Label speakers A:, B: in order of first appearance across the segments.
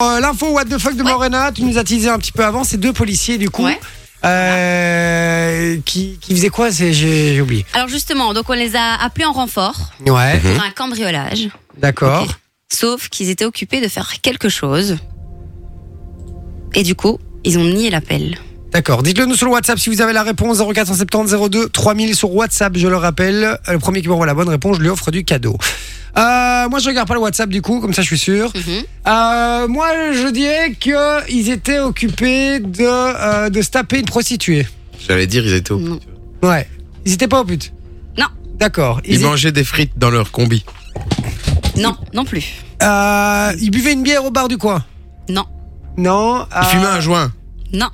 A: Euh, L'info What the fuck de Morena, tu nous as teasé un petit peu avant, c'est deux policiers du coup.
B: Ouais.
A: Euh, qui, qui faisaient quoi C'est- J'ai j'ai oublié.
B: Alors justement, donc on les a appelés en renfort
A: Ouais,
B: pour un cambriolage,
A: d'accord.
B: Mhm. Ok. sauf qu'ils étaient occupés de faire quelque chose. Et du coup, ils ont nié l'appel.
A: D'accord. Dites-le nous sur le WhatsApp si vous avez la réponse 0470 02 3000 sur WhatsApp, je le rappelle. Euh, Le premier qui m'envoie la bonne réponse, je lui offre du cadeau. Euh, moi, je regarde pas le WhatsApp du coup, comme ça, je suis sûr.
B: Mhm.
A: Euh, moi, je dirais que ils étaient occupés de, euh, de se taper une prostituée.
C: J'allais dire, ils étaient au.
B: Non.
A: Ouais. Ils étaient pas aux putes.
B: Non.
A: D'accord.
C: Ils
A: étaient-
C: mangeaient des frites dans leur combi.
B: Non, non plus.
A: Euh, il buvait une bière au bar du coin.
B: Non,
A: Non.
B: Ah.
C: Ils
A: euh,
C: fumaient un joint.
B: non,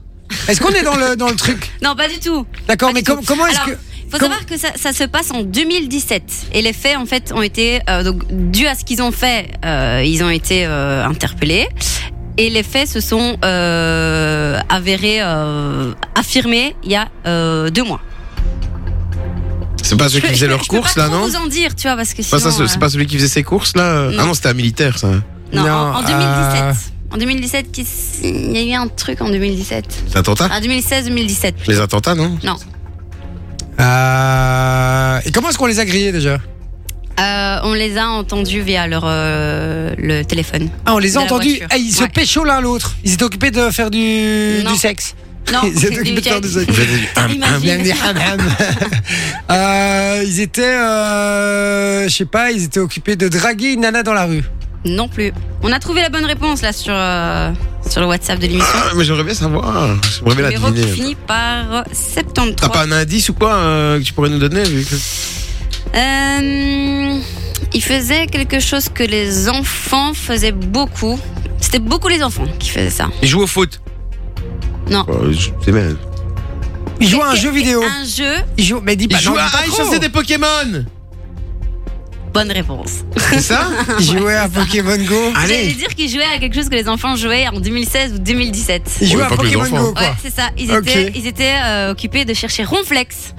A: Est-ce qu'on est dans le, dans le truc
B: non, pas du tout.
A: D'accord,
B: Pas
A: mais
B: du
A: com-
B: tout.
A: comment est-ce
B: Alors,
A: que.
B: Faut
A: comment-
B: savoir que ça, ça se passe en 2017 et les faits en fait ont été euh, donc dû à ce qu'ils ont fait, euh, ils ont été euh, interpellés et les faits se sont euh, avérés euh, affirmés il y a euh, deux mois.
C: C'est pas ceux
B: Je
C: qui
B: peux-
C: faisaient
B: je peux-
C: leurs
B: je peux
C: courses
B: pas
C: là,
B: trop
C: non
B: vous en dire, tu vois, parce que
C: C'est pas,
B: sinon.
C: ça,
B: euh,
C: c'est pas celui qui faisait ses courses là
B: Non.
C: Ah non, c'était un militaire ça.
B: non, en-
A: Non,
B: en,
A: euh,
B: 2017. En 2017, qui s- il y a eu un truc en 2017.
C: Les attentats
B: Ah, 2016-2017.
C: Les attentats, non
B: Non.
A: Euh, et comment est-ce qu'on les a grillés déjà
B: Euh, on les a entendus via leur euh, le téléphone.
A: Ah, on les a
B: De la
A: entendus.
B: voiture.
A: Eh, ils se
B: Ouais.
A: pécho l'un l'autre. Ils étaient occupés de faire du,
B: Non.
A: du sexe.
B: Non.
A: Ils étaient occupés de faire du sexe.
C: Vous avez dit, hum, hum.
B: Imagine.
A: Euh, ils étaient, euh, je sais pas, ils étaient occupés de draguer une nana dans la rue.
B: Non plus. On a trouvé la bonne réponse là sur, euh, sur le WhatsApp de l'émission.
C: Ah, mais j'aimerais bien savoir. J'aimerais bien la
B: Numéro qui
C: deviner.
B: finit par
C: T'as
B: 73.
C: pas un indice ou quoi euh, que tu pourrais nous donner vu que-
B: Euh, il faisait quelque chose que les enfants faisaient beaucoup. C'était beaucoup les enfants qui faisaient ça.
C: Ils jouent au foot
B: Non.
C: Oh, je- C'est bien.
A: Ils jouaient à un jeu vidéo.
B: Un jeu,
A: Ils jouaient, mais dis
C: Ils
A: pas, non,
C: jouaient
A: dis
C: à.
A: pas
C: Ah, ils
A: trop.
C: chassaient des Pokémon
B: bonne réponse.
C: C'est ça
A: Ils jouaient à Pokémon Go.
B: J'allais
C: Allez
B: dire qu'ils jouaient à quelque chose que les enfants jouaient en 2016 ou 2017.
A: Ils jouaient
C: Ouais,
A: à
C: pas que les
A: Pokémon
C: enfants.
A: Go, quoi.
B: Ouais, c'est ça. Ils étaient,
A: Ok.
B: ils étaient euh, occupés de chercher Ronflex.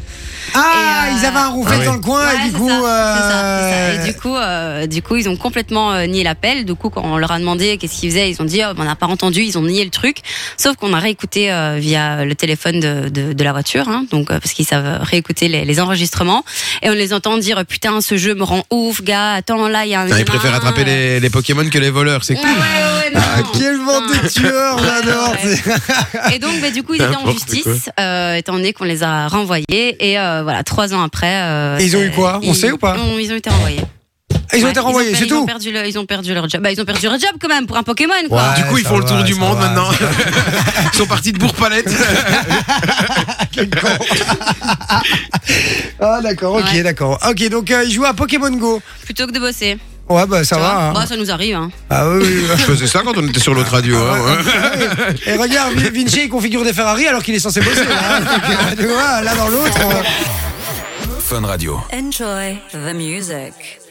A: Ah,
B: Et, euh,
A: ils avaient un rouffet
C: Ah ouais.
A: dans le coin
B: Ouais,
A: et du
B: c'est
A: coup.
B: ça, c'est ça,
A: euh,
B: c'est ça. Et du coup, euh, du coup, ils ont complètement euh, nié l'appel. Du coup, quand on leur a demandé qu'est-ce qu'ils faisaient, ils ont dit oh, ben, on n'a pas entendu. Ils ont nié le truc. Sauf qu'on a réécouté euh, via le téléphone de, de, de la voiture, hein, donc euh, parce qu'ils savent réécouter les, les enregistrements, et on les entend dire putain ce jeu me rend ouf, gars. Attends là, il y a un. hein,
C: Ah, Ils préfèrent attraper les, les Pokémon que les voleurs, c'est
B: Ouais,
C: cool.
B: Ah ouais, ouais, non, non.
A: ah, Quel bande de tueurs, j'adore.
B: Ouais. Et donc, bah, du coup, ils étaient en
C: N'importe
B: justice, euh, étant donné qu'on les a renvoyés. Et euh, voilà, trois ans après. euh,
A: Et ils ont eu
B: euh,
A: quoi On
B: ils-
A: sait ou pas
B: ont- Ils ont été renvoyés.
A: Ils ont
B: Ouais,
A: été renvoyés,
B: per-
A: c'est
B: ils ont
A: tout.
B: perdu le- ils ont perdu leur job. Bah, ils ont perdu leur job quand même pour un Pokémon, quoi.
A: Ouais,
C: Du coup, ils
A: ça
C: font le
A: va,
C: tour du
A: ça
C: monde
A: va,
C: maintenant. Ils sont partis de Bourg-Palette.
A: Ah, d'accord, ok,
B: Ouais.
A: d'accord. Ok, donc euh, ils jouent à Pokémon Go.
B: Plutôt que de bosser.
A: Ouais, bah ça
B: tu vois.
A: va. hein.
B: Bah, ça nous arrive. Hein.
A: Ah oui, oui, oui.
C: Je faisais ça quand on était sur l'autre radio. hein, ouais.
A: Et regarde, Vin- Vinci, il configure des Ferrari alors qu'il est censé bosser. Là, hein. Donc, euh, tu vois, l'un dans l'autre. euh,
D: Fun Radio.
E: Enjoy the music.